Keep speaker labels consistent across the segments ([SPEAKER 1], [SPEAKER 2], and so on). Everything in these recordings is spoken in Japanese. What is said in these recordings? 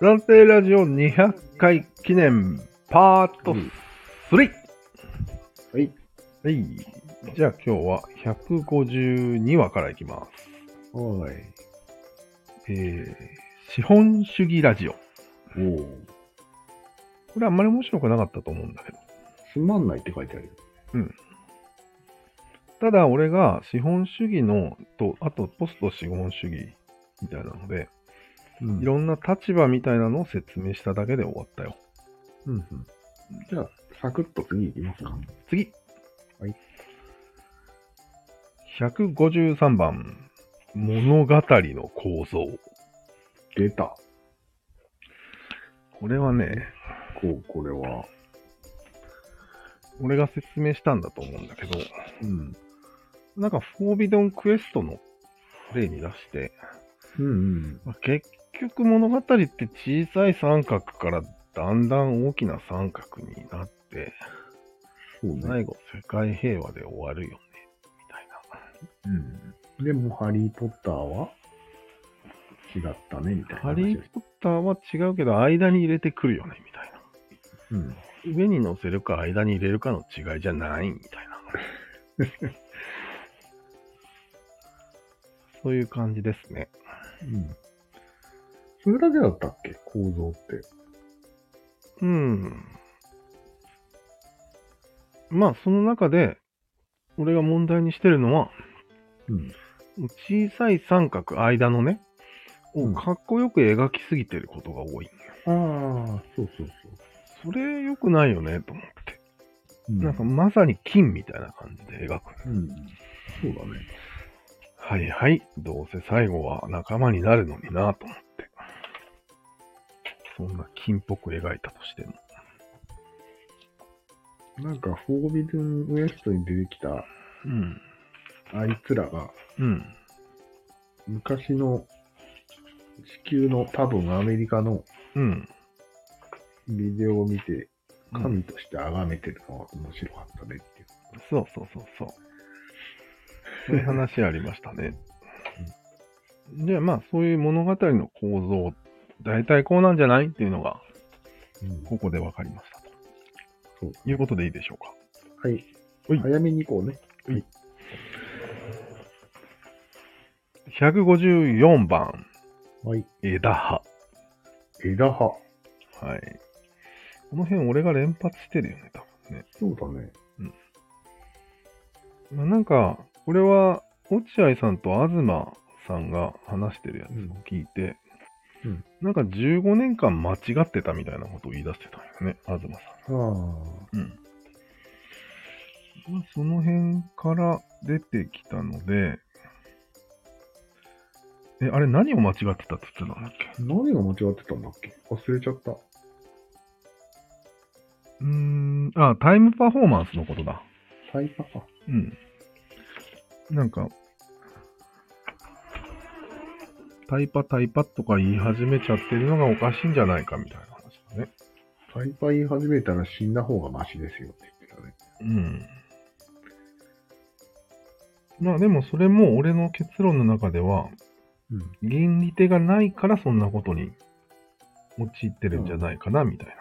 [SPEAKER 1] 男性ラジオ200回記念パート
[SPEAKER 2] うん
[SPEAKER 1] 3。
[SPEAKER 2] はい。
[SPEAKER 1] はい。じゃあ今日は152話からいきま
[SPEAKER 2] はーい。
[SPEAKER 1] す。えー、資本主義ラジオ。
[SPEAKER 2] おお。
[SPEAKER 1] これあんまり面白くなかったと思うんだけど。
[SPEAKER 2] つまんないって書いてある。
[SPEAKER 1] ただ俺が資本主義のと、あとポスト資本主義みたいなので、
[SPEAKER 2] うん
[SPEAKER 1] いろんな立場みたいなのを説明しただけで終わったよ。
[SPEAKER 2] うんうん。じゃあ、サクッと次いきますか。
[SPEAKER 1] 次。
[SPEAKER 2] はい。
[SPEAKER 1] 153番。物語の構造。
[SPEAKER 2] 出た。
[SPEAKER 1] これはね、
[SPEAKER 2] こう、これは。
[SPEAKER 1] 俺が説明したんだと思うんだけど、
[SPEAKER 2] うん。
[SPEAKER 1] なんかフォービドンクエストの例に出して、
[SPEAKER 2] うんうん。
[SPEAKER 1] まあ結局物語って小さい三角からだんだん大きな三角になって、
[SPEAKER 2] そうね。
[SPEAKER 1] 最後世界平和で終わるよね、みたいな。
[SPEAKER 2] うん。でも、ハリー・ポッターは違ったね、みたいな話
[SPEAKER 1] ハ
[SPEAKER 2] を
[SPEAKER 1] リー・ポッターは違うけど、間に入れてくるよね、みたいな。
[SPEAKER 2] うん。
[SPEAKER 1] 上に乗せるか間に入れるかの違いじゃないみたいな。 そういう感じですね。
[SPEAKER 2] うん。それだけだったっけ構造って。
[SPEAKER 1] うん。まあ、その中で、俺が問題にしてるのは、
[SPEAKER 2] うん。
[SPEAKER 1] 小さい三角間のね、
[SPEAKER 2] う
[SPEAKER 1] を
[SPEAKER 2] ん
[SPEAKER 1] かっこよく描きすぎてることが多いんだよ。
[SPEAKER 2] ああ、そうそう
[SPEAKER 1] そ
[SPEAKER 2] そ
[SPEAKER 1] れ良くないよね、と思って。
[SPEAKER 2] う。う
[SPEAKER 1] なんか、まさに金みたいな感じで描く。
[SPEAKER 2] うん。そうだね。
[SPEAKER 1] はいはい、どうせ最後は仲間になるのになと思って。そんな金っぽく描いたとしても。
[SPEAKER 2] なんか、フォービドゥンウエストに出てきた
[SPEAKER 1] うん。
[SPEAKER 2] あいつらが、
[SPEAKER 1] うん。
[SPEAKER 2] 昔の地球の多分アメリカの
[SPEAKER 1] うん。
[SPEAKER 2] ビデオを見て、
[SPEAKER 1] うん
[SPEAKER 2] 神として崇めてるのは面白かったねっていう。
[SPEAKER 1] そうそうそうそう。そういう話ありましたね。で、まあ、そういう物語の構造、大体こうなんじゃないっていうのが、
[SPEAKER 2] うん
[SPEAKER 1] ここで分かりましたと。
[SPEAKER 2] そう
[SPEAKER 1] いうことでいいでしょうか。
[SPEAKER 2] はい
[SPEAKER 1] はい
[SPEAKER 2] 早めに行こうね。
[SPEAKER 1] 154番、
[SPEAKER 2] はい。
[SPEAKER 1] 枝葉。
[SPEAKER 2] 枝葉。
[SPEAKER 1] はい。この辺俺が連発してるよね、多分ね。
[SPEAKER 2] そうだね。
[SPEAKER 1] まあ、なんか、これは、落合さんと東さんが話してるやつを聞いて、
[SPEAKER 2] うんうん
[SPEAKER 1] なんか15年間間違ってたみたいなことを言い出してたんよね、東さ
[SPEAKER 2] ああ。
[SPEAKER 1] ん。まあ、その辺から出てきたので、え、あれ何を間違ってたって言ってたんだっけ
[SPEAKER 2] 何が間違ってたんだっけ忘れちゃった。
[SPEAKER 1] うーん、あ、タイムパフォーマンスのことだ。
[SPEAKER 2] 最波か。
[SPEAKER 1] うん。なんか、タイパタイパとか言い始めちゃってるのがおかしいんじゃないかみたいな話だね。
[SPEAKER 2] 最波言い始めたら死んだ方がマシですよって言ってたね。
[SPEAKER 1] うん。まあでもそれも俺の結論の中では、
[SPEAKER 2] うん。
[SPEAKER 1] 原理手がないからそんなことに陥ってるんじゃないかなみたいな。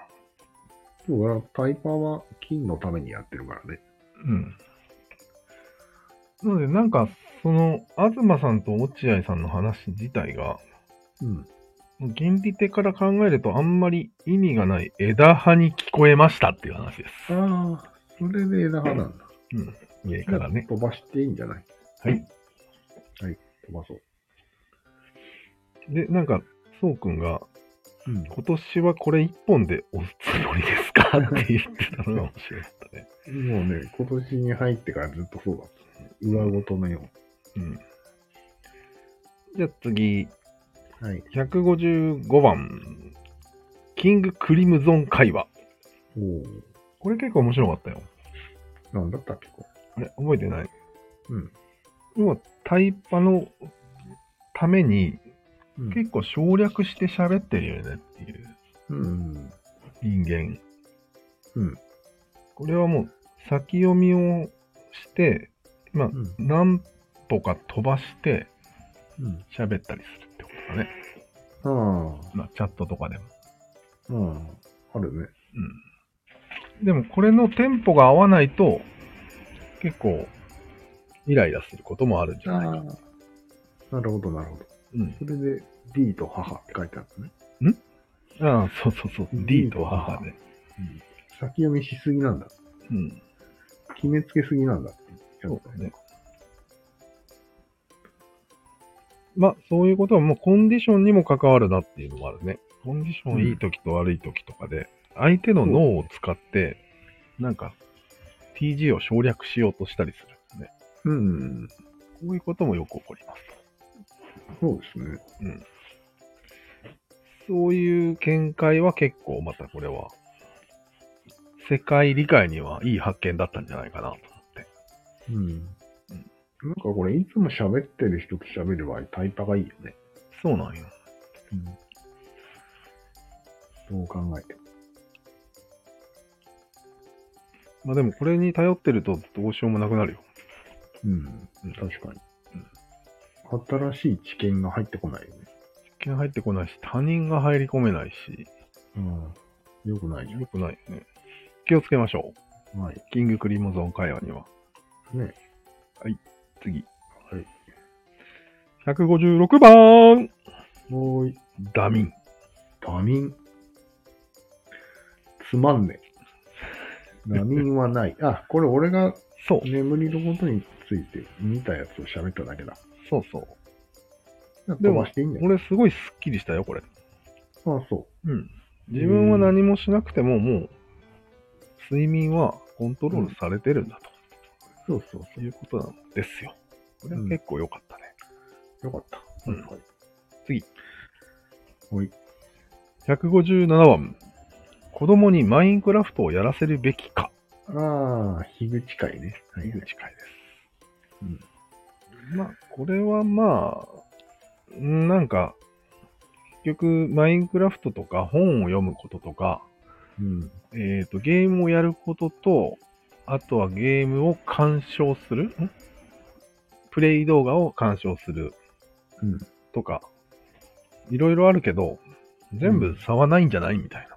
[SPEAKER 2] そうだから、タイパは金のためにやってるからね。
[SPEAKER 1] うん。なのでなんかその東さんと落合さんの話自体が、
[SPEAKER 2] うん。
[SPEAKER 1] 原理手から考えるとあんまり意味がない枝葉に聞こえましたっていう話です。
[SPEAKER 2] ああ、それで枝葉なんだ。
[SPEAKER 1] うん。上からね。
[SPEAKER 2] 飛ばしていいんじゃない
[SPEAKER 1] はい。
[SPEAKER 2] 飛ばそう。
[SPEAKER 1] で、なんか、そうくんが、
[SPEAKER 2] うん
[SPEAKER 1] 今年はこれ一本でおつもりですかって言ってたのが面白かったね。
[SPEAKER 2] もうね、今年に入ってからずっとそうだった、ね。上ごとのよ
[SPEAKER 1] うん。じゃあ次、
[SPEAKER 2] う。はい。
[SPEAKER 1] 155番。キングクリムゾン会話。
[SPEAKER 2] おお。
[SPEAKER 1] これ結構面白かったよ。
[SPEAKER 2] なんだったっけこ
[SPEAKER 1] あれ覚えてない
[SPEAKER 2] れ。うん。
[SPEAKER 1] 要は、タイパのために
[SPEAKER 2] うん
[SPEAKER 1] 結構省略して喋ってるよねっていう。
[SPEAKER 2] うん。
[SPEAKER 1] 人間。
[SPEAKER 2] うん。
[SPEAKER 1] これはもう先読みをして、まあ、
[SPEAKER 2] うん。
[SPEAKER 1] 何とか飛ばして
[SPEAKER 2] うん。
[SPEAKER 1] 喋ったりするってことだね。
[SPEAKER 2] ああ。
[SPEAKER 1] まあ、チャットとかでも。
[SPEAKER 2] うん。あるね。
[SPEAKER 1] うん。でもこれのテンポが合わないと、結構、イライラすることもあるんじゃないか。
[SPEAKER 2] なるほど、なるほど。
[SPEAKER 1] うん。
[SPEAKER 2] それで D と母って書いてあるのね。
[SPEAKER 1] ああ、そうそうそう。
[SPEAKER 2] うん
[SPEAKER 1] D と母ね。
[SPEAKER 2] 先読みしすぎなんだ。
[SPEAKER 1] うん。
[SPEAKER 2] 決めつけすぎなんだって
[SPEAKER 1] そ
[SPEAKER 2] 言っ
[SPEAKER 1] う
[SPEAKER 2] ちゃ
[SPEAKER 1] だね。まあ、そういうことはもうコンディションにも関わるなっていうのもあるね。コンディションいい時と悪い時とかで、相手の脳を使って、なんか、TG を省略しようとしたりするんだね。
[SPEAKER 2] うん。
[SPEAKER 1] こういうこともよく起こります。
[SPEAKER 2] そうですね。
[SPEAKER 1] そういう見解は結構またこれは、世界理解にはいい発見だったんじゃないかなと思って。
[SPEAKER 2] うん。なんかこれ、いつも喋ってる人と喋る場合、タイパがいいよね。
[SPEAKER 1] そうなんよ。
[SPEAKER 2] どう考えても。
[SPEAKER 1] まあでもこれに頼ってるとどうしようもなくなるよ。
[SPEAKER 2] うん。確かに。新しい知見が入ってこないよね。
[SPEAKER 1] 実験入ってこないし、他人が入り込めないし、
[SPEAKER 2] うん。よくないじゃ
[SPEAKER 1] 良くないよね。気をつけましょう。
[SPEAKER 2] ん。はい。
[SPEAKER 1] キングクリモゾン会話には。
[SPEAKER 2] ね。
[SPEAKER 1] 次。
[SPEAKER 2] はい。
[SPEAKER 1] 156番
[SPEAKER 2] おーい。
[SPEAKER 1] ダミン。
[SPEAKER 2] ダミン。つまんね え。ダミンはない。あ、これ俺が
[SPEAKER 1] そう。
[SPEAKER 2] 眠りのことについて見たやつを喋っただけだ。
[SPEAKER 1] そうそう。で
[SPEAKER 2] 飛
[SPEAKER 1] も
[SPEAKER 2] ばしていいんだよ。
[SPEAKER 1] 俺すごいスッキリしたよ、これ。
[SPEAKER 2] あ、そ
[SPEAKER 1] うん。自分は何もしなくても、もう、睡眠はコントロールされてるんだ
[SPEAKER 2] う。そうそう
[SPEAKER 1] ということなんですよ。これは結構良かったね。
[SPEAKER 2] そう。よかった。
[SPEAKER 1] うん
[SPEAKER 2] はい。
[SPEAKER 1] 次。
[SPEAKER 2] はい。
[SPEAKER 1] 157番。子供にマインクラフトをやらせるべきか。
[SPEAKER 2] ああ、樋口会ね。はい
[SPEAKER 1] いう
[SPEAKER 2] はい。
[SPEAKER 1] 近いです。うん、まあ、これはまあ、んなんか、結局、マインクラフトとか本を読むこととか、
[SPEAKER 2] うん。
[SPEAKER 1] えっ、と、ゲームをやることと、あとはゲームを鑑賞する、んプレイ動画を鑑賞する
[SPEAKER 2] うん。
[SPEAKER 1] とか、いろいろあるけど、全部差はないんじゃないみたいな。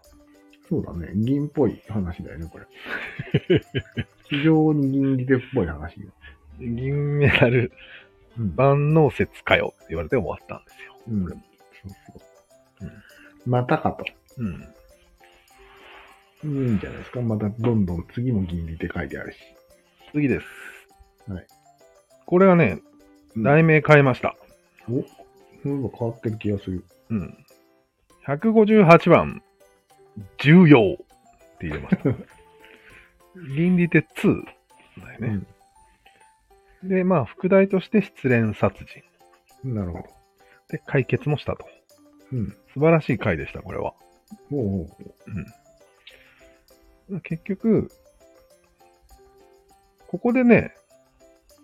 [SPEAKER 2] そうだね。銀っぽい話だよね、これ。 非常に銀利手っぽい話よ。
[SPEAKER 1] 銀メダル
[SPEAKER 2] うん。
[SPEAKER 1] 万能説かよって言われて終わったんですよ。
[SPEAKER 2] うん、
[SPEAKER 1] これ
[SPEAKER 2] そうそう
[SPEAKER 1] うん
[SPEAKER 2] またかと。
[SPEAKER 1] うん。
[SPEAKER 2] いいんじゃないですか。またどんどん次も銀利って書いてあるし。
[SPEAKER 1] 次です。
[SPEAKER 2] はい。
[SPEAKER 1] これはね、題名変えました。
[SPEAKER 2] おそういえば変わってる気がする。
[SPEAKER 1] うん。158番、重要って入れました。 倫理手2だよね。で、まあ、副題として失恋殺人。
[SPEAKER 2] なるほど。
[SPEAKER 1] で、解決もしたと。
[SPEAKER 2] うん。
[SPEAKER 1] 素晴らしい回でした、これは。
[SPEAKER 2] おうおう
[SPEAKER 1] うん。結局、ここでね、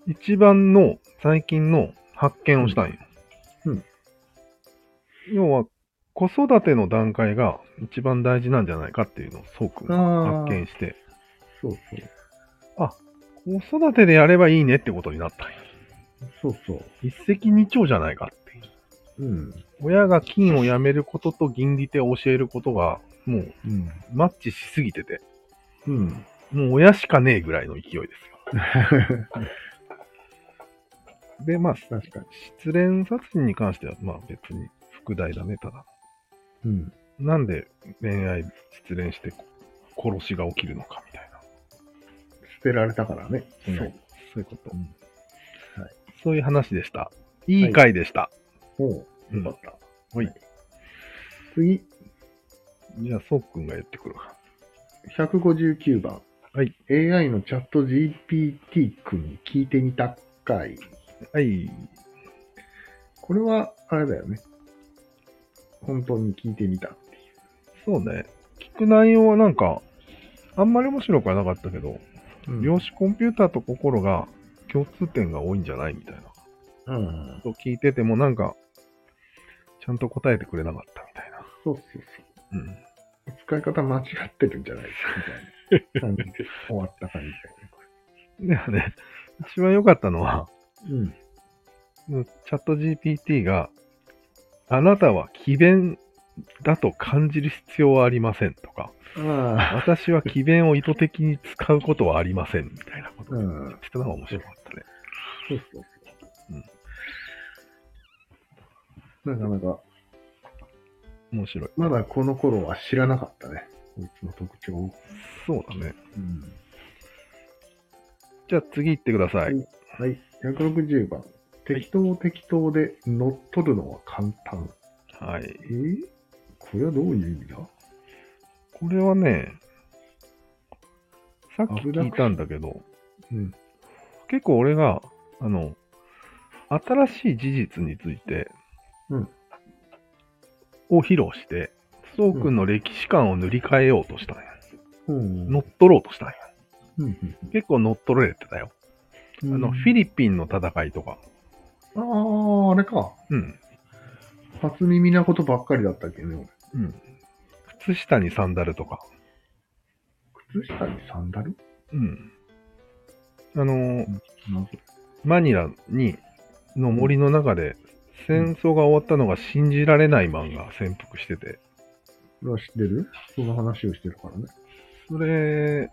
[SPEAKER 1] 一番の最近の発見をしたんよ。
[SPEAKER 2] うん
[SPEAKER 1] 要は、子育ての段階が一番大事なんじゃないかっていうのを、そうくんが
[SPEAKER 2] あー
[SPEAKER 1] 発見して、
[SPEAKER 2] そう
[SPEAKER 1] 子育てでやればいいねってことになったんよ。
[SPEAKER 2] そう。そうそ
[SPEAKER 1] 一石二鳥じゃないかっていう。
[SPEAKER 2] う。うん。
[SPEAKER 1] 親が金をやめることと銀利手を教えることが、もう
[SPEAKER 2] うん。
[SPEAKER 1] マッチしすぎてて、
[SPEAKER 2] うん。
[SPEAKER 1] もう親しかねえぐらいの勢い ですよ。で、まあ、
[SPEAKER 2] 確かに。
[SPEAKER 1] 失恋殺人に関しては、まあ別に副題だね、ただ。
[SPEAKER 2] うん。
[SPEAKER 1] なんで恋愛、失恋してこ殺しが起きるのかみたいな。
[SPEAKER 2] 捨てられたからね。
[SPEAKER 1] そう。そういうこと、
[SPEAKER 2] うんはい
[SPEAKER 1] そういう話でした。いい回でした。
[SPEAKER 2] おう。
[SPEAKER 1] うん
[SPEAKER 2] よかった。
[SPEAKER 1] はい
[SPEAKER 2] 次、
[SPEAKER 1] じゃあ、そうくんが言ってくるか。
[SPEAKER 2] 159番。
[SPEAKER 1] はい。
[SPEAKER 2] AI のチャット GPT 君に聞いてみた回。
[SPEAKER 1] はい。
[SPEAKER 2] これは、あれだよね。本当に聞いてみたってい
[SPEAKER 1] そうね。聞く内容はなんか、あんまり面白くはなかったけど、
[SPEAKER 2] う。うん
[SPEAKER 1] 量子コンピューターと心が共通点が多いんじゃないみたいな。
[SPEAKER 2] うん。
[SPEAKER 1] と聞いててもなんか、ちゃんと答えてくれなかったみたいな。
[SPEAKER 2] そうそうそう。
[SPEAKER 1] うん。
[SPEAKER 2] 使い方間違ってるんじゃないですかみたいな感じで終わった感じ
[SPEAKER 1] ではね、一番良かったのは、
[SPEAKER 2] だよね。
[SPEAKER 1] チャット GPT が、あなたは詭弁だと感じる必要はありませんとか、
[SPEAKER 2] ああ、
[SPEAKER 1] 私は詭弁を意図的に使うことはありませんみたいなことを
[SPEAKER 2] う
[SPEAKER 1] 言
[SPEAKER 2] ん
[SPEAKER 1] ってたのが面白かったね。
[SPEAKER 2] そうそう
[SPEAKER 1] うん
[SPEAKER 2] そう。なかなか、
[SPEAKER 1] 面白い。
[SPEAKER 2] まだこの頃は知らなかったね。こいつの特徴を。
[SPEAKER 1] そうだね。
[SPEAKER 2] うん
[SPEAKER 1] じゃあ次行ってください。
[SPEAKER 2] はい、160番。適当適当で乗っ取るのは簡単。
[SPEAKER 1] はい
[SPEAKER 2] え。ーこれはどういう意味だ
[SPEAKER 1] これはね、さっき
[SPEAKER 2] 危な
[SPEAKER 1] 聞
[SPEAKER 2] く
[SPEAKER 1] いたんだけど、
[SPEAKER 2] うん。
[SPEAKER 1] 結構俺が、あの、新しい事実について、
[SPEAKER 2] うん
[SPEAKER 1] を披露して、ストークンの歴史観を塗り替えようとしたんや。
[SPEAKER 2] うん。
[SPEAKER 1] 乗っ取ろうとしたんや。
[SPEAKER 2] うん
[SPEAKER 1] 結構乗っ取られてたよ。
[SPEAKER 2] うん
[SPEAKER 1] あの、フ
[SPEAKER 2] ィ
[SPEAKER 1] ィリピンの戦いとか。
[SPEAKER 2] ああ、あれか。
[SPEAKER 1] うん。
[SPEAKER 2] 初耳なことばっかりだったっけね、
[SPEAKER 1] うん。靴下にサンダルとか。
[SPEAKER 2] 俺。靴下にサンダル
[SPEAKER 1] うん。あのー
[SPEAKER 2] なん
[SPEAKER 1] マニラに、の森の中で、戦争が終わったのが信じられないマンが潜伏してて、
[SPEAKER 2] は知ってるその話をしてるからね。
[SPEAKER 1] それ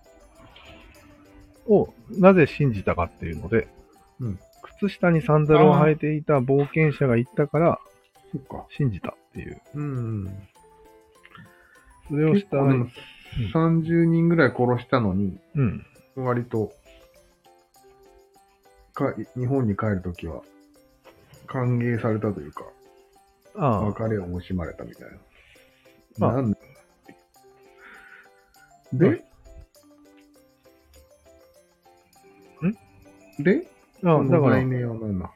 [SPEAKER 1] をなぜ信じたかっていうので、
[SPEAKER 2] うん
[SPEAKER 1] 靴下にサンダルを履いていた冒険者が言ったから
[SPEAKER 2] そっか。
[SPEAKER 1] 信じたっていう。
[SPEAKER 2] うん。
[SPEAKER 1] それをし
[SPEAKER 2] 結
[SPEAKER 1] た、
[SPEAKER 2] 構でも30人ぐらい殺したのに、
[SPEAKER 1] うん。
[SPEAKER 2] 割と、か日本に帰るときは、歓迎されたというか、
[SPEAKER 1] ああ、
[SPEAKER 2] 別れを惜しまれたみたいな。
[SPEAKER 1] まあ
[SPEAKER 2] なんで
[SPEAKER 1] はい
[SPEAKER 2] で、で、
[SPEAKER 1] ああだか
[SPEAKER 2] この
[SPEAKER 1] ら、
[SPEAKER 2] 概
[SPEAKER 1] い
[SPEAKER 2] 念は何だ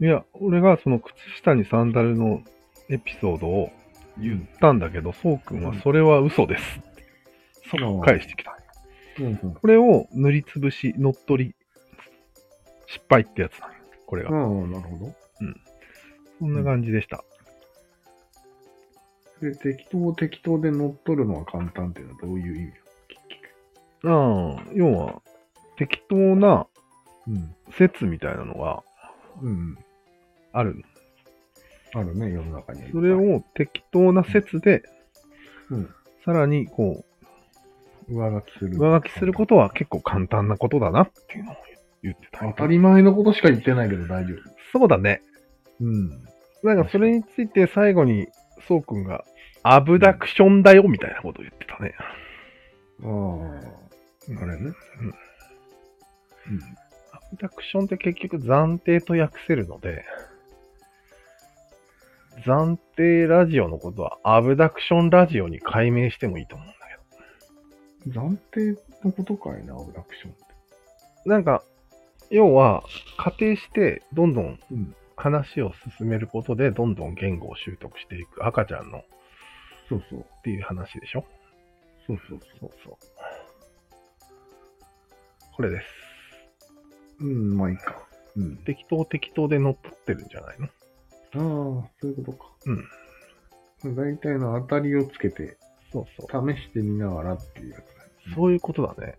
[SPEAKER 1] や、俺がその靴下にサンダルのエピソードを言ったんだけど、そうくんはそれは嘘ですって、
[SPEAKER 2] うん
[SPEAKER 1] 返してきた。
[SPEAKER 2] うんうん
[SPEAKER 1] これを塗りつぶし、乗っ取り、失敗ってやつなんよこれが。
[SPEAKER 2] うん、なるほど。
[SPEAKER 1] そんな感じでした。
[SPEAKER 2] で、適当適当で乗っ取るのは簡単っていうのはどういう意味だ
[SPEAKER 1] ああ、要は、適当な
[SPEAKER 2] うん。
[SPEAKER 1] 説みたいなのが
[SPEAKER 2] うん。
[SPEAKER 1] ある。
[SPEAKER 2] あるね、世の中には。
[SPEAKER 1] それを適当な説で、
[SPEAKER 2] うん、
[SPEAKER 1] さらにこ
[SPEAKER 2] 上書きす
[SPEAKER 1] う、
[SPEAKER 2] る。
[SPEAKER 1] 上書きすることは結構簡単なことだなっていうのを言ってた
[SPEAKER 2] 当。たり前のことしか言ってないけど大丈夫。
[SPEAKER 1] そうだね。
[SPEAKER 2] うん。
[SPEAKER 1] なんかそれについて最後に、そうくんが、アブダクションだよみたいなことを言ってたね。
[SPEAKER 2] ああ、あれね。うん。
[SPEAKER 1] アブダクションって結局暫定と訳せるので、暫定ラジオのことはアブダクションラジオに改名してもいいと思うんだけ
[SPEAKER 2] 暫定のことかいな、アブダクションって。
[SPEAKER 1] ど。なんか、要は、仮定してどんどん
[SPEAKER 2] うん。
[SPEAKER 1] 話を進めることで、どんどん言語を習得していく赤ちゃんのっ
[SPEAKER 2] そうそう。
[SPEAKER 1] ていう話でしょ
[SPEAKER 2] そうそう
[SPEAKER 1] そうそう。これです。
[SPEAKER 2] そう。うん、まあいいか。うん。
[SPEAKER 1] 適当適当で乗っ取ってるんじゃないの
[SPEAKER 2] ああ、そういうことか。
[SPEAKER 1] うん。
[SPEAKER 2] 大体の当たりをつけて、
[SPEAKER 1] そうそう。
[SPEAKER 2] 試してみながらっていうやつだね。
[SPEAKER 1] そういうことだね。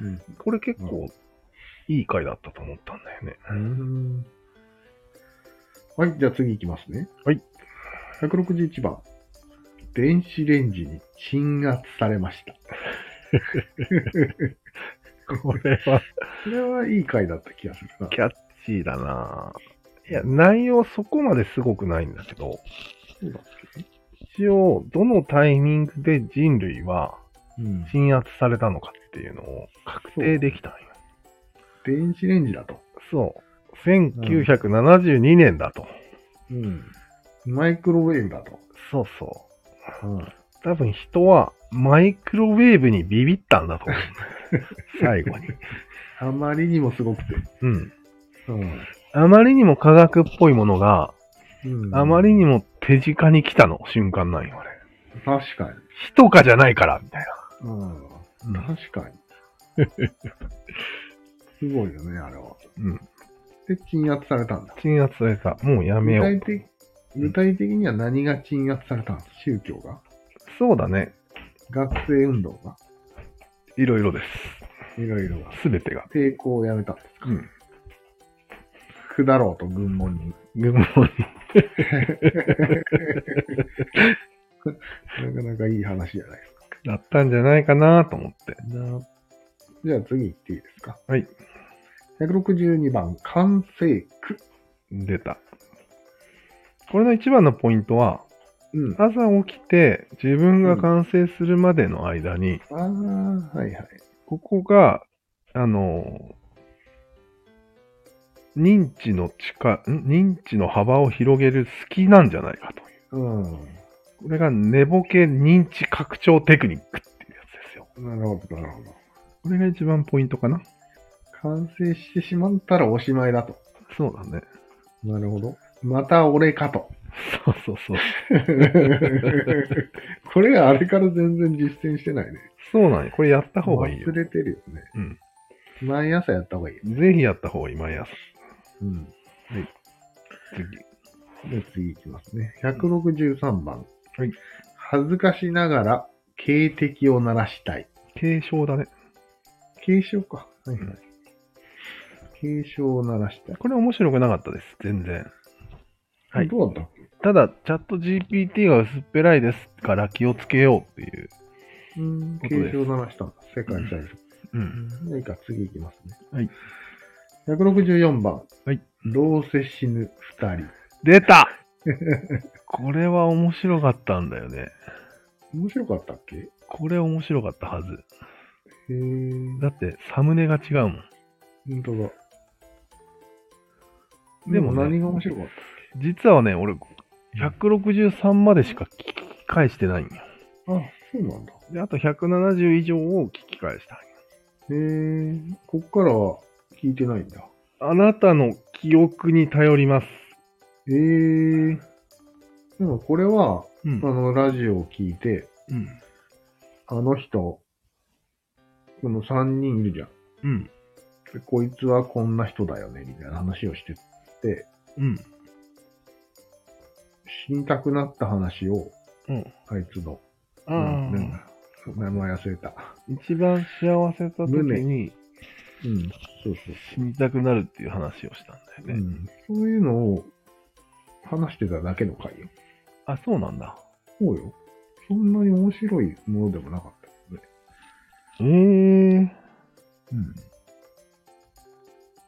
[SPEAKER 2] うん。
[SPEAKER 1] これ結構いい回だったと思ったんだよね。
[SPEAKER 2] うん。はい、じゃあ次行きますね。
[SPEAKER 1] はい。
[SPEAKER 2] 161番。電子レンジに鎮圧されました。
[SPEAKER 1] これは
[SPEAKER 2] これはいい回だった気がするな。
[SPEAKER 1] キャッチーだなぁいや、内容そこまですごくないんだけど、
[SPEAKER 2] そうだっけ
[SPEAKER 1] 一応、どのタイミングで人類は
[SPEAKER 2] うん。
[SPEAKER 1] 鎮圧されたのかっていうのを確定できたんよ。
[SPEAKER 2] 電子レンジだと。
[SPEAKER 1] そう。1972年だと。
[SPEAKER 2] うん。マイクロウェーブだと。
[SPEAKER 1] そうそ
[SPEAKER 2] うん。
[SPEAKER 1] う。多分人はマイクロウェーブにビビったんだと思う。 最後に。
[SPEAKER 2] あまりにもすごくて。
[SPEAKER 1] うん。
[SPEAKER 2] うん。
[SPEAKER 1] あまりにも科学っぽいものが、
[SPEAKER 2] うん
[SPEAKER 1] あまりに。も手近に来たの瞬間なんよ、あれ。
[SPEAKER 2] 確かに。
[SPEAKER 1] ひとかじゃないから、みたい
[SPEAKER 2] うん。
[SPEAKER 1] な。
[SPEAKER 2] 確かに。 すごいよね、あれは。
[SPEAKER 1] うん。
[SPEAKER 2] で、鎮圧されたんだ。
[SPEAKER 1] 鎮圧された。もうやめ
[SPEAKER 2] 具
[SPEAKER 1] よう
[SPEAKER 2] 体。的具体的には何が鎮圧されたんですか宗教が
[SPEAKER 1] そうだね。
[SPEAKER 2] 学生運動が
[SPEAKER 1] いろいろです。
[SPEAKER 2] いろいろが。
[SPEAKER 1] すべてが。
[SPEAKER 2] 抵 抗をやめたんですか
[SPEAKER 1] うん。
[SPEAKER 2] 下ろうと軍門に。
[SPEAKER 1] 群馬に
[SPEAKER 2] なかなかいい話じゃないですか。
[SPEAKER 1] だったんじゃないかなと思って。な
[SPEAKER 2] じゃあ次行っていいですか。
[SPEAKER 1] はい。
[SPEAKER 2] 162番、完成句。
[SPEAKER 1] 出た。これの一番のポイントは、
[SPEAKER 2] うん。あ
[SPEAKER 1] 朝起きて自分が完成するまでの間に、
[SPEAKER 2] あー、はいはい。
[SPEAKER 1] ここが、あのー認知の力、ん認知の幅を広げる隙なんじゃないかという。
[SPEAKER 2] うん。
[SPEAKER 1] これが寝ぼけ認知拡張テクニックっていうやつですよ。
[SPEAKER 2] なるほど、なるほど。
[SPEAKER 1] これが一番ポイントかな。
[SPEAKER 2] 完成してしまったらおしまいだと。
[SPEAKER 1] そうだね。
[SPEAKER 2] なるほど。また俺かと。
[SPEAKER 1] そうそうそう。
[SPEAKER 2] これはあれから全然実践してないね。
[SPEAKER 1] そうなんよ。これやった方がいいよ
[SPEAKER 2] 忘。れてるよね。毎朝やった方がいいよ。
[SPEAKER 1] ぜひやった方がいい、毎朝。
[SPEAKER 2] うん。
[SPEAKER 1] 次。
[SPEAKER 2] で次いきますね。163番。
[SPEAKER 1] はい。
[SPEAKER 2] 恥ずかしながら警笛を鳴らしたい。
[SPEAKER 1] 継承だね。
[SPEAKER 2] 警鐘か。はいは
[SPEAKER 1] うん
[SPEAKER 2] い。警鐘を鳴らしたい。
[SPEAKER 1] これ面白くなかったです。全然。はい
[SPEAKER 2] どうだったっけ
[SPEAKER 1] ただ、チャット GPT が薄っぺらいですから気をつけようっていう。
[SPEAKER 2] うん。
[SPEAKER 1] こ
[SPEAKER 2] 警
[SPEAKER 1] とです
[SPEAKER 2] 鐘を鳴らしたんだ。世界最初。
[SPEAKER 1] うん。
[SPEAKER 2] うん。いいか、次いきますね。
[SPEAKER 1] はい。
[SPEAKER 2] 164番。
[SPEAKER 1] はい。
[SPEAKER 2] どうせ死ぬ二人。
[SPEAKER 1] 出 たこれは面白かったんだよね。
[SPEAKER 2] 面白かったっけへ
[SPEAKER 1] これ面白かったはず。
[SPEAKER 2] え。
[SPEAKER 1] だって、サムネが違うもん。
[SPEAKER 2] 本当だ。
[SPEAKER 1] で
[SPEAKER 2] で
[SPEAKER 1] も
[SPEAKER 2] も
[SPEAKER 1] ね
[SPEAKER 2] 何が面白かった
[SPEAKER 1] 実はね、俺、163までしか聞き返してないんよ。
[SPEAKER 2] あ、そうなんだ。
[SPEAKER 1] で、あと170以上を聞き返したんよ
[SPEAKER 2] へえ。こっからは聞いてないんだ。
[SPEAKER 1] あなたの記憶に頼ります。
[SPEAKER 2] ええでもこれは、
[SPEAKER 1] う
[SPEAKER 2] あ
[SPEAKER 1] ん。
[SPEAKER 2] の、ラジオを聞いて、
[SPEAKER 1] うん。
[SPEAKER 2] あの人、この3人いるじゃん。
[SPEAKER 1] うん。
[SPEAKER 2] でこいつはこんな人だよね、みたいな話をしてって、
[SPEAKER 1] うん。
[SPEAKER 2] 死にたくなった話を、
[SPEAKER 1] うん。
[SPEAKER 2] あいつの、
[SPEAKER 1] あ
[SPEAKER 2] うんなん
[SPEAKER 1] あ。
[SPEAKER 2] だ名前忘れた。
[SPEAKER 1] 一番幸せた時に
[SPEAKER 2] うん、そうそう
[SPEAKER 1] 死にたくなるっていう話をしたんだよ
[SPEAKER 2] そう、
[SPEAKER 1] ね。
[SPEAKER 2] うん。そういうのを話してただけの回よ。
[SPEAKER 1] あ、そうなんだ。
[SPEAKER 2] そうよ。そんなに面白いものでもなかったよね。
[SPEAKER 1] ええ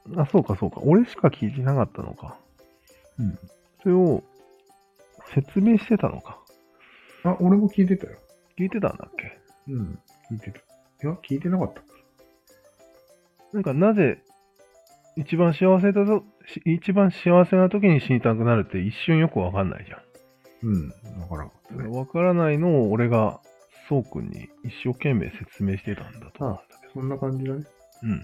[SPEAKER 2] うん。
[SPEAKER 1] あ、そうかそうか。俺しか聞いてなかったのか。
[SPEAKER 2] うん。
[SPEAKER 1] それを説明してたのか。
[SPEAKER 2] あ、俺も聞いてたよ。
[SPEAKER 1] 聞いてたんだっけ
[SPEAKER 2] うん、聞いてた。いや、聞いてなかった。
[SPEAKER 1] なんかなぜ一番幸せだぞ、し一番幸せな時に死にたくなるって一瞬よくわかんないじゃん。
[SPEAKER 2] うん、だからんかったね。
[SPEAKER 1] わからないのを俺がそうくんに一生懸命説明してたんだと。
[SPEAKER 2] あそんな感じだね。
[SPEAKER 1] うん。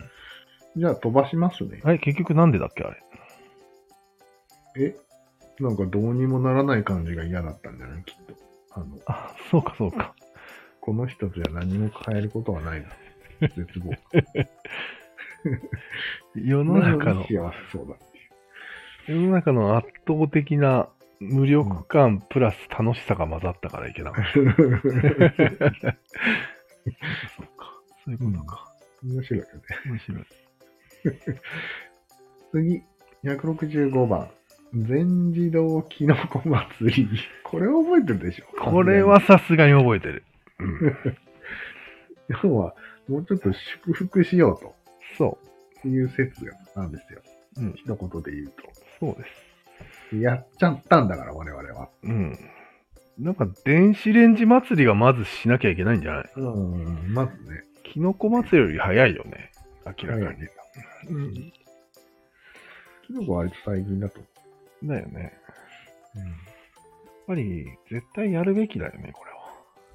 [SPEAKER 2] じゃあ飛ばしますね。
[SPEAKER 1] あれ、結局なんでだっけあれ。
[SPEAKER 2] えなんかどうにもならない感じが嫌だったんじゃないきっと。あの、
[SPEAKER 1] あ、そうかそうか。
[SPEAKER 2] この人じゃ何も変えることはないな。絶望。
[SPEAKER 1] 世の中の
[SPEAKER 2] 幸せ、そうだ。
[SPEAKER 1] 世の中の圧倒的な無力感プラス楽しさが混ざったからいけなかった。そうか。そういうことか。
[SPEAKER 2] 面白いよね。
[SPEAKER 1] 面白い。
[SPEAKER 2] 次、165番。全自動キノコ祭り。これは覚えてるでしょ
[SPEAKER 1] これはさすがに覚えてる。うん。
[SPEAKER 2] 要は、もうちょっと祝福しようと。
[SPEAKER 1] そ
[SPEAKER 2] いう説があるんですよ。
[SPEAKER 1] う。うん。
[SPEAKER 2] 一言で言う
[SPEAKER 1] そうです。
[SPEAKER 2] と。やっちゃったんだから、我々は。
[SPEAKER 1] うん。なんか、電子レンジ祭りがまずしなきゃいけないんじゃない
[SPEAKER 2] うん。まずね。
[SPEAKER 1] キノコ祭りより早いよね。明らかに。
[SPEAKER 2] うん。キノコは割と最近だと。
[SPEAKER 1] だよね。やっぱり、絶対やるべきだよね、これは。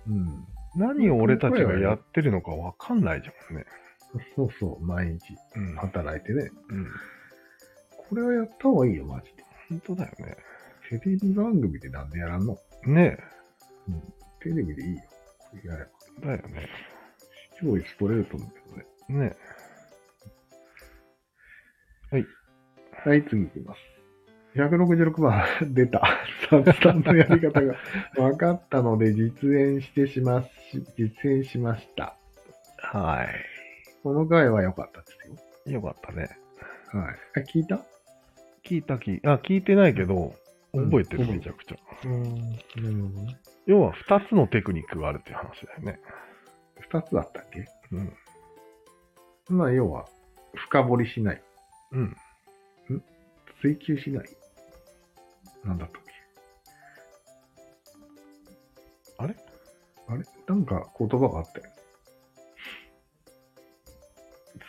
[SPEAKER 2] うん。
[SPEAKER 1] 何を俺たちがやってるのかわかんないじゃんね。
[SPEAKER 2] そうそう、毎日
[SPEAKER 1] うん
[SPEAKER 2] 働いてね。
[SPEAKER 1] うん。
[SPEAKER 2] これはやった方がいいよ、マジで。
[SPEAKER 1] 本当だよね。
[SPEAKER 2] テレビ番組でなんでやらんの
[SPEAKER 1] ね
[SPEAKER 2] テレビでいいよ。これやれば。
[SPEAKER 1] え。だよね。
[SPEAKER 2] 視聴率取れると思うけどね。
[SPEAKER 1] ね
[SPEAKER 2] はい、次いきます。166番、 出た。雑談のやり方が分かったので実演してしまし、実演しました。
[SPEAKER 1] え。は
[SPEAKER 2] この回は良かったですよ。
[SPEAKER 1] い。よかったね。
[SPEAKER 2] はい。あ、聞いた
[SPEAKER 1] 聞いたき、あ、聞いてないけど、
[SPEAKER 2] うん
[SPEAKER 1] 覚えてる、
[SPEAKER 2] 覚え
[SPEAKER 1] めち
[SPEAKER 2] て
[SPEAKER 1] ゃくちゃ。
[SPEAKER 2] うん。なるほどね。
[SPEAKER 1] 要は2つのテクニックがあるっていう話だよね。
[SPEAKER 2] 二つだったっけ
[SPEAKER 1] うん。
[SPEAKER 2] まあ、要は、深掘りしない。
[SPEAKER 1] うん。
[SPEAKER 2] 追求しない。なんだったっけ
[SPEAKER 1] あれ
[SPEAKER 2] あれなんか言葉があったよ。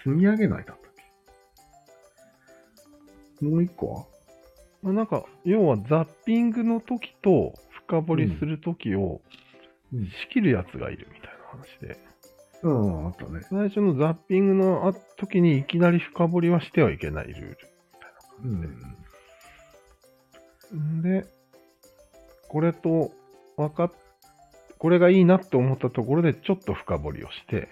[SPEAKER 2] 積み上げないだったっけもう一個は
[SPEAKER 1] まあなんか、要はザッピングの時と深掘りする時を
[SPEAKER 2] うんうん
[SPEAKER 1] 仕切るやつがいるみたいな話で、
[SPEAKER 2] うん、あったね。
[SPEAKER 1] 最初のザッピングのあ時にいきなり深掘りはしてはいけないルール。
[SPEAKER 2] うん。
[SPEAKER 1] んで、これと分かっ、これがいいなって思ったところでちょっと深掘りをして、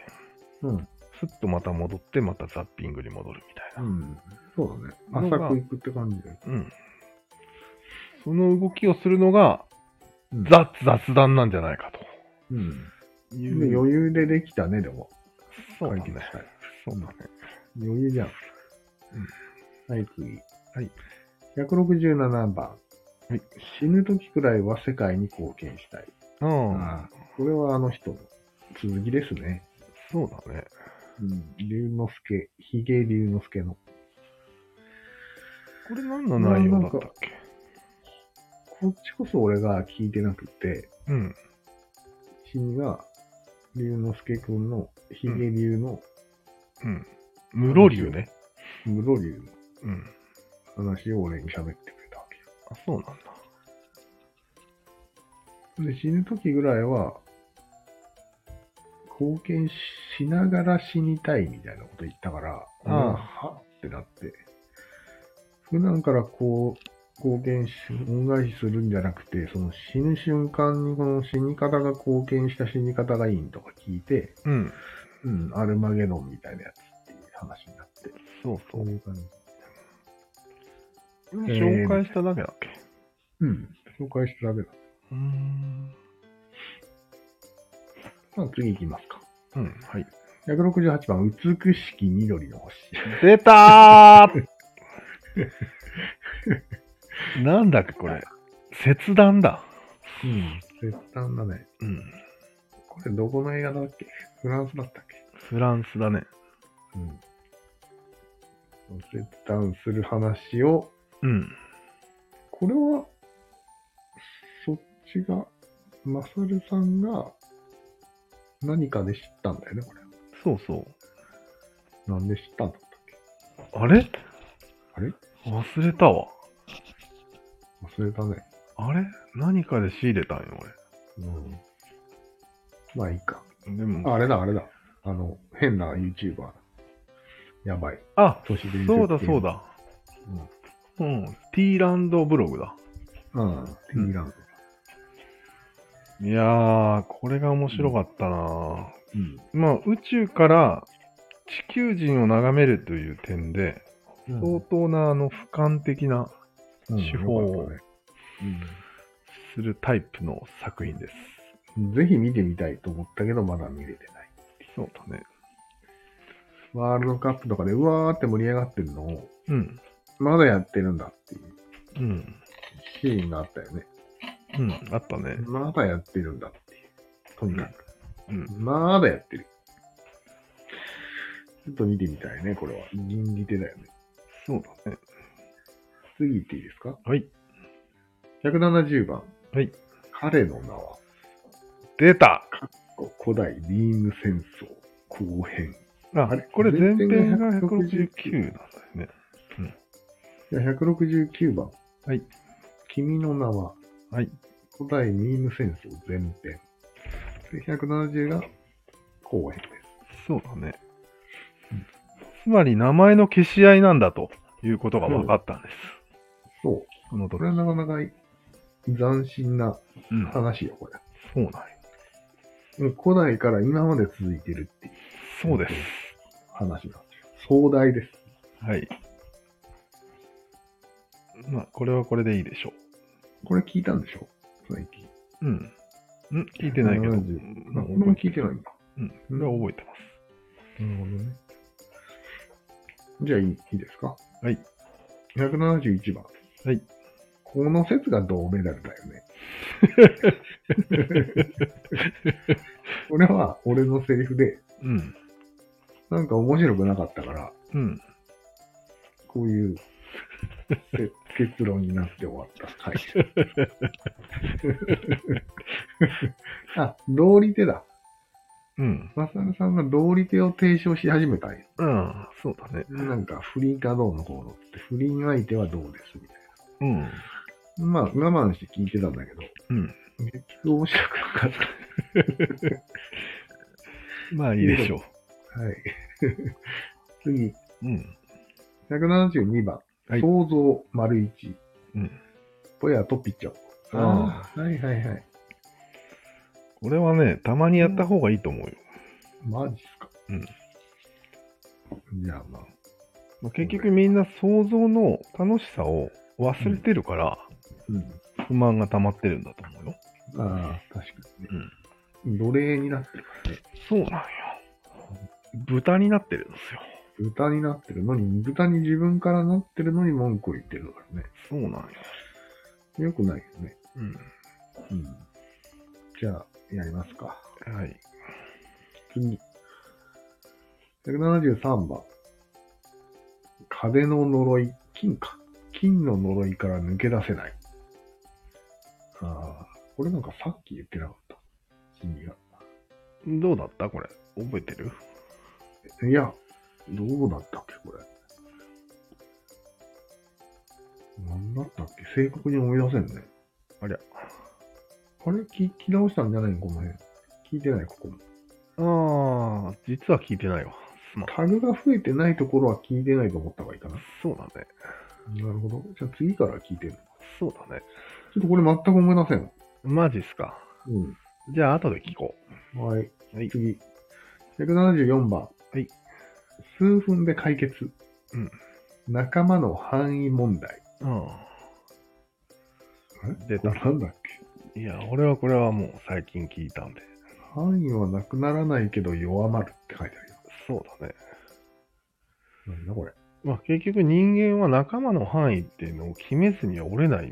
[SPEAKER 2] うん。
[SPEAKER 1] すっとまた戻って、またザッピングに戻るみた
[SPEAKER 2] う
[SPEAKER 1] いな。
[SPEAKER 2] ん。そうだね。
[SPEAKER 1] の
[SPEAKER 2] 浅
[SPEAKER 1] が
[SPEAKER 2] く行くって感じだよ。
[SPEAKER 1] うん。その動きをするのが、
[SPEAKER 2] うん
[SPEAKER 1] ザ・雑談なんじゃないか
[SPEAKER 2] うん。
[SPEAKER 1] とい
[SPEAKER 2] で
[SPEAKER 1] う。
[SPEAKER 2] 余裕でできたね、でも。
[SPEAKER 1] そうだ
[SPEAKER 2] 解
[SPEAKER 1] ね
[SPEAKER 2] 決。したい。
[SPEAKER 1] そうだね。
[SPEAKER 2] 余裕じゃん。はい、次。
[SPEAKER 1] はい。
[SPEAKER 2] 167番。
[SPEAKER 1] はい
[SPEAKER 2] 死ぬ時くらいは世界に貢献したい。
[SPEAKER 1] うん。
[SPEAKER 2] ああ、これはあの人の続きですね。
[SPEAKER 1] そうだね。
[SPEAKER 2] うん。龍之介、ひげ龍之介の。
[SPEAKER 1] これ何の内容だったっけ
[SPEAKER 2] こっちこそ俺が聞いてなくて、
[SPEAKER 1] うん。
[SPEAKER 2] 君が龍之介くんのひげ龍の
[SPEAKER 1] うん。室流ね。
[SPEAKER 2] 室龍
[SPEAKER 1] うん。
[SPEAKER 2] の話を俺に喋ってくれたわ
[SPEAKER 1] あ、そうなんだ。
[SPEAKER 2] けよ。で、死ぬ時ぐらいは、貢献しながら死にたいみたいなこと言ったから、
[SPEAKER 1] あ
[SPEAKER 2] 俺ははってなって、普段からこう、貢献し、恩返しするんじゃなくて、その死ぬ瞬間にこの死に方が貢献した死に方がいいんとか聞いて、
[SPEAKER 1] うん。
[SPEAKER 2] うん、アルマゲドンみたいなやつっていう話になって、
[SPEAKER 1] そうそ
[SPEAKER 2] そう
[SPEAKER 1] う。
[SPEAKER 2] いう感じ。
[SPEAKER 1] 紹介しただけだっけ
[SPEAKER 2] うん、紹介しただけだ。
[SPEAKER 1] うーん。
[SPEAKER 2] まあ次行きますか。
[SPEAKER 1] うん。はい。
[SPEAKER 2] 168番、美しき緑の星。
[SPEAKER 1] 出た ーなんだっけこれ。切断だ。
[SPEAKER 2] うん、 絶対だね。
[SPEAKER 1] うん。
[SPEAKER 2] これどこの映画だっけフランスだったっけ
[SPEAKER 1] フランスだね。
[SPEAKER 2] うん。絶対する話を、
[SPEAKER 1] うん。
[SPEAKER 2] これは、そっちが、マサルさんが何かで知ったんだよね、これ。
[SPEAKER 1] そうそう。
[SPEAKER 2] なんで知ったんだったっ
[SPEAKER 1] あれ
[SPEAKER 2] あれ
[SPEAKER 1] 忘れたわ。
[SPEAKER 2] け忘れたね。
[SPEAKER 1] あれ何かで仕入れたんよ、
[SPEAKER 2] うん。まあいいか。
[SPEAKER 1] 俺。でも、
[SPEAKER 2] ああれだ、あれだ。あの、変な YouTuber。やばい。
[SPEAKER 1] あ、
[SPEAKER 2] 都市伝説
[SPEAKER 1] そうだそうだ。うん。T ランドブログだ。
[SPEAKER 2] うん。ティーランド。
[SPEAKER 1] いやー、これが面白かったなぁ
[SPEAKER 2] うん。
[SPEAKER 1] まあ、宇宙から地球人を眺めるという点で、相当なあの俯瞰的な手法をするタイプの作品です。
[SPEAKER 2] ぜひ見てみたいと思ったけど、まだ見れてない。
[SPEAKER 1] そうだね。
[SPEAKER 2] ワールドカップとかでうわーって盛り上がってるのを、
[SPEAKER 1] うん。
[SPEAKER 2] まだやってるんだっていう
[SPEAKER 1] うん。
[SPEAKER 2] シーンがあったよね。
[SPEAKER 1] うん。あったね。
[SPEAKER 2] まだやってるんだっていう。とにかく。
[SPEAKER 1] うん。
[SPEAKER 2] まだやってる。ちょっと見てみたいね、これは。銀利手だよね。
[SPEAKER 1] そうだね。
[SPEAKER 2] 次行っていいですか
[SPEAKER 1] はい。
[SPEAKER 2] ?170 番。
[SPEAKER 1] はい。
[SPEAKER 2] 彼の名は、
[SPEAKER 1] 出た
[SPEAKER 2] 古代ビーム戦争後編。
[SPEAKER 1] あ
[SPEAKER 2] あれ
[SPEAKER 1] これ前編が
[SPEAKER 2] 前編が
[SPEAKER 1] 169なんだよね。
[SPEAKER 2] じゃあ169番。
[SPEAKER 1] はい。
[SPEAKER 2] 君の名は、
[SPEAKER 1] はい。
[SPEAKER 2] 古代ミーム戦争前編。で170が後編で
[SPEAKER 1] そうだね。つまり名前の消し合いなんだということが分かったんです。
[SPEAKER 2] す。そう。
[SPEAKER 1] この
[SPEAKER 2] こ
[SPEAKER 1] 時。
[SPEAKER 2] れはなかなか斬新な
[SPEAKER 1] うん
[SPEAKER 2] 話よ、これ。
[SPEAKER 1] そうなんよ
[SPEAKER 2] もう古代から今まで続いてるっていう
[SPEAKER 1] そうです。
[SPEAKER 2] 話なんですよ。壮大です。
[SPEAKER 1] はい。まあ、これはこれでいいでしょ
[SPEAKER 2] これ聞いたんでしょ最近。
[SPEAKER 1] う。うん。ん聞いてないけど。
[SPEAKER 2] 70
[SPEAKER 1] まあ
[SPEAKER 2] これも
[SPEAKER 1] 覚え
[SPEAKER 2] 聞いてないんだ。
[SPEAKER 1] うん。これは覚えてます。
[SPEAKER 2] なるほどね。じゃあいいいいですか
[SPEAKER 1] はい。
[SPEAKER 2] 171番。
[SPEAKER 1] はい。
[SPEAKER 2] この説が銅メダルだよ ね。これは俺のセリフで、
[SPEAKER 1] うん。
[SPEAKER 2] なんか面白くなかったから、
[SPEAKER 1] うん。
[SPEAKER 2] こういうせ結論になって終わった 回。あ、道理手だ。
[SPEAKER 1] うん。
[SPEAKER 2] マサルさんが道理手を提唱し始めたんよ
[SPEAKER 1] うん。そうだね。
[SPEAKER 2] なんか不倫かどうの方のって、不倫相手はどうですみたい
[SPEAKER 1] うん。
[SPEAKER 2] な。まあ我慢して聞いてたんだけど、
[SPEAKER 1] うん。
[SPEAKER 2] 結局面白くなかった。
[SPEAKER 1] まあいいでしょ
[SPEAKER 2] はい。 次、
[SPEAKER 1] う。うん。
[SPEAKER 2] 172番。
[SPEAKER 1] はい
[SPEAKER 2] 想像丸一。
[SPEAKER 1] うん。
[SPEAKER 2] ぽやとピチョ。
[SPEAKER 1] あ
[SPEAKER 2] あー、はいはいはい。
[SPEAKER 1] これはね、たまにやった方がいいと思うよ。
[SPEAKER 2] マジっすか。
[SPEAKER 1] うん。
[SPEAKER 2] じゃあまあ、
[SPEAKER 1] まあ、結局みんな想像の楽しさを忘れてるから、
[SPEAKER 2] うん。
[SPEAKER 1] 不満が溜まってるんだと思うよ。
[SPEAKER 2] ああ、確かにね。奴隷になってるからね。
[SPEAKER 1] そうなんよ。豚になってるんですよ。
[SPEAKER 2] 豚になってるのに、豚に自分からなってるのに文句を言ってるからね。
[SPEAKER 1] そうなんよ。
[SPEAKER 2] よくないよね。
[SPEAKER 1] う
[SPEAKER 2] うん。じゃあ、やりますか。
[SPEAKER 1] ん。はい。
[SPEAKER 2] 次。173番。壁の呪い、金か。金の呪いから抜け出せない。ああ、これなんかさっき言ってなかった。君が。
[SPEAKER 1] どうだったこれ。覚えてる
[SPEAKER 2] いや、どうだったっけ、これ。なんだったっけ正確に思い出せんね。
[SPEAKER 1] ありゃ。
[SPEAKER 2] あれ聞聞き直したんじゃないのこの辺。聞いてない、ここも。
[SPEAKER 1] ああ、実は聞いてないわ。すまん。
[SPEAKER 2] タグが増えてないところは聞いてないと思った方がいいかな。
[SPEAKER 1] そうだね。
[SPEAKER 2] なるほど。じゃあ次から聞いてるの。
[SPEAKER 1] そうだね。
[SPEAKER 2] ちょっとこれ全く思い出せんわ。
[SPEAKER 1] マジっすか。
[SPEAKER 2] う
[SPEAKER 1] じゃあ、後で聞こ
[SPEAKER 2] ん。はい。
[SPEAKER 1] う。はい。
[SPEAKER 2] 次。174番。
[SPEAKER 1] はい。
[SPEAKER 2] 数分で解決。
[SPEAKER 1] うん。
[SPEAKER 2] 仲間の範囲問題。
[SPEAKER 1] うん。出
[SPEAKER 2] こ
[SPEAKER 1] た
[SPEAKER 2] れ。なんだっけ
[SPEAKER 1] いや、俺はこれはもう最近聞いたんで。
[SPEAKER 2] 範囲はなくならないけど弱まるって書いてあるよ。
[SPEAKER 1] そうだね。
[SPEAKER 2] なんだこれ。
[SPEAKER 1] まあ、結局人間は仲間の範囲っていうのを決めずには折れない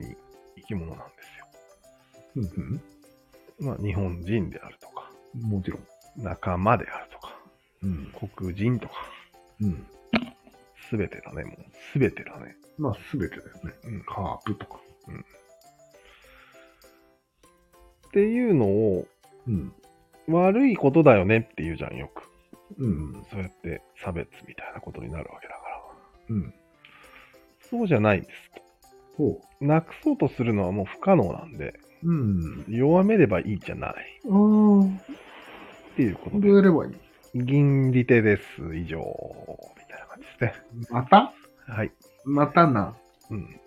[SPEAKER 1] 生き物なんですよ。
[SPEAKER 2] うん
[SPEAKER 1] まあ、日本人であるとか、
[SPEAKER 2] うん。もちろん。
[SPEAKER 1] 仲間であるとか、
[SPEAKER 2] うん。
[SPEAKER 1] 黒人とか、
[SPEAKER 2] うん。
[SPEAKER 1] すべてだね、もう。すべてだね。
[SPEAKER 2] まあ、すべてだよね。
[SPEAKER 1] うん。
[SPEAKER 2] カープとか。
[SPEAKER 1] っていうのを、
[SPEAKER 2] うん。
[SPEAKER 1] 悪いことだよねって言うじゃん、よく。
[SPEAKER 2] うん。
[SPEAKER 1] そうやって差別みたいなことになるわけだから。
[SPEAKER 2] うん。
[SPEAKER 1] そうじゃないんです
[SPEAKER 2] ほ
[SPEAKER 1] と。なくそうとするのはもう不可能なんで、
[SPEAKER 2] う。うん。
[SPEAKER 1] 弱めればいいじゃない
[SPEAKER 2] ああ。
[SPEAKER 1] っていうこと
[SPEAKER 2] どうや
[SPEAKER 1] で、
[SPEAKER 2] ればいい
[SPEAKER 1] 銀利手です、以上、みたいな感じですね。
[SPEAKER 2] また
[SPEAKER 1] はい。
[SPEAKER 2] またな。
[SPEAKER 1] うん、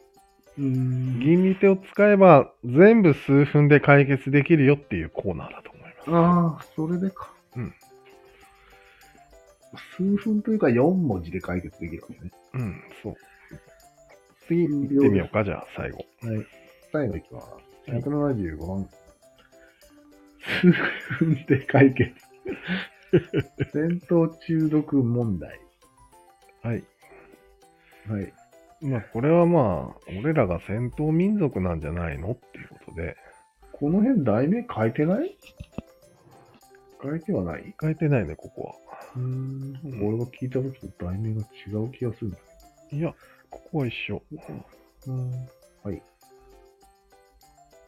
[SPEAKER 2] うん
[SPEAKER 1] 銀利手を使えば全部数分で解決できるよっていうコーナーだと思います。
[SPEAKER 2] ああ、それでか。
[SPEAKER 1] うん。
[SPEAKER 2] 数分というか4文字で解決できるわけね。
[SPEAKER 1] うん、そう。次行ってみようか、じゃあ最後。
[SPEAKER 2] はい。最後いきます。
[SPEAKER 1] はい
[SPEAKER 2] 175番。数分で解決。戦闘中毒問題。
[SPEAKER 1] はい。
[SPEAKER 2] はい。
[SPEAKER 1] まあこれはまあ、俺らが戦闘民族なんじゃないのっていうことで、
[SPEAKER 2] この辺題名変えてない変えてはない
[SPEAKER 1] 変えてないね、ここは。
[SPEAKER 2] うーん。俺が聞いた時と題名が違う気がするんだ
[SPEAKER 1] いや、ここは一緒。
[SPEAKER 2] けど。うん。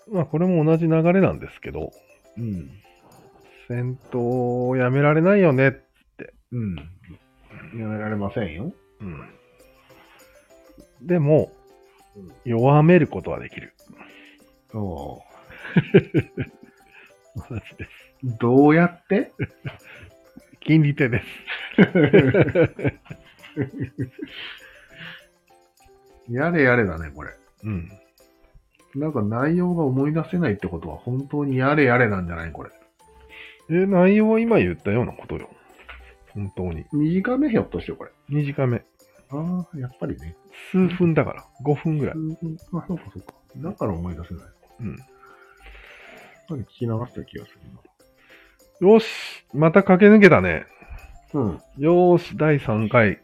[SPEAKER 1] まあこれも同じ流れなんですけど、
[SPEAKER 2] うん。
[SPEAKER 1] 戦闘をやめられないよね。
[SPEAKER 2] うん。やめられませんよ。
[SPEAKER 1] うん。でも、
[SPEAKER 2] うん
[SPEAKER 1] 弱めることはできる。
[SPEAKER 2] お
[SPEAKER 1] 同じです。
[SPEAKER 2] どうやって
[SPEAKER 1] 金利手です。
[SPEAKER 2] やれやれだね、これ。
[SPEAKER 1] うん。
[SPEAKER 2] なんか内容が思い出せないってことは本当にやれやれなんじゃないこれ。
[SPEAKER 1] え、内容は今言ったようなことよ。本当に。
[SPEAKER 2] 短めひょっとしてこれ。
[SPEAKER 1] 短め。
[SPEAKER 2] ああ、やっぱりね。
[SPEAKER 1] 数分だから。5分ぐらい。
[SPEAKER 2] うん、あ、そうかそうか。だから思い出せない。やっ
[SPEAKER 1] うん。
[SPEAKER 2] ぱり聞き流した気がす
[SPEAKER 1] よしまた駆け抜けたね。
[SPEAKER 2] るな。うん。
[SPEAKER 1] よーし第3回。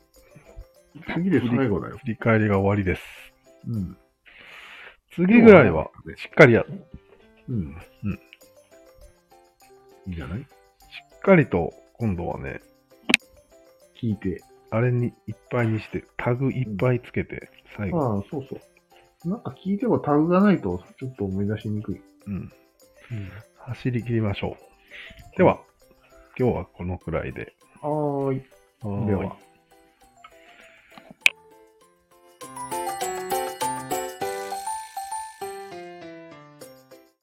[SPEAKER 2] 次で最後だよ。
[SPEAKER 1] 振り返りが終わりです。
[SPEAKER 2] うん。
[SPEAKER 1] 次ぐらいは、しっかりや、し
[SPEAKER 2] うん。
[SPEAKER 1] うん。
[SPEAKER 2] いいんじゃない
[SPEAKER 1] っかりと、今度はね、
[SPEAKER 2] 聞いて。
[SPEAKER 1] あれにいっぱいにして、タグいっぱいつけて、最後。
[SPEAKER 2] ああ、そうそう。なんか聞いてもタグがないと、ちょっと思い出しにくい。
[SPEAKER 1] うん。走り切りましょう。では、今日はこのくらいで。
[SPEAKER 2] はーい。では。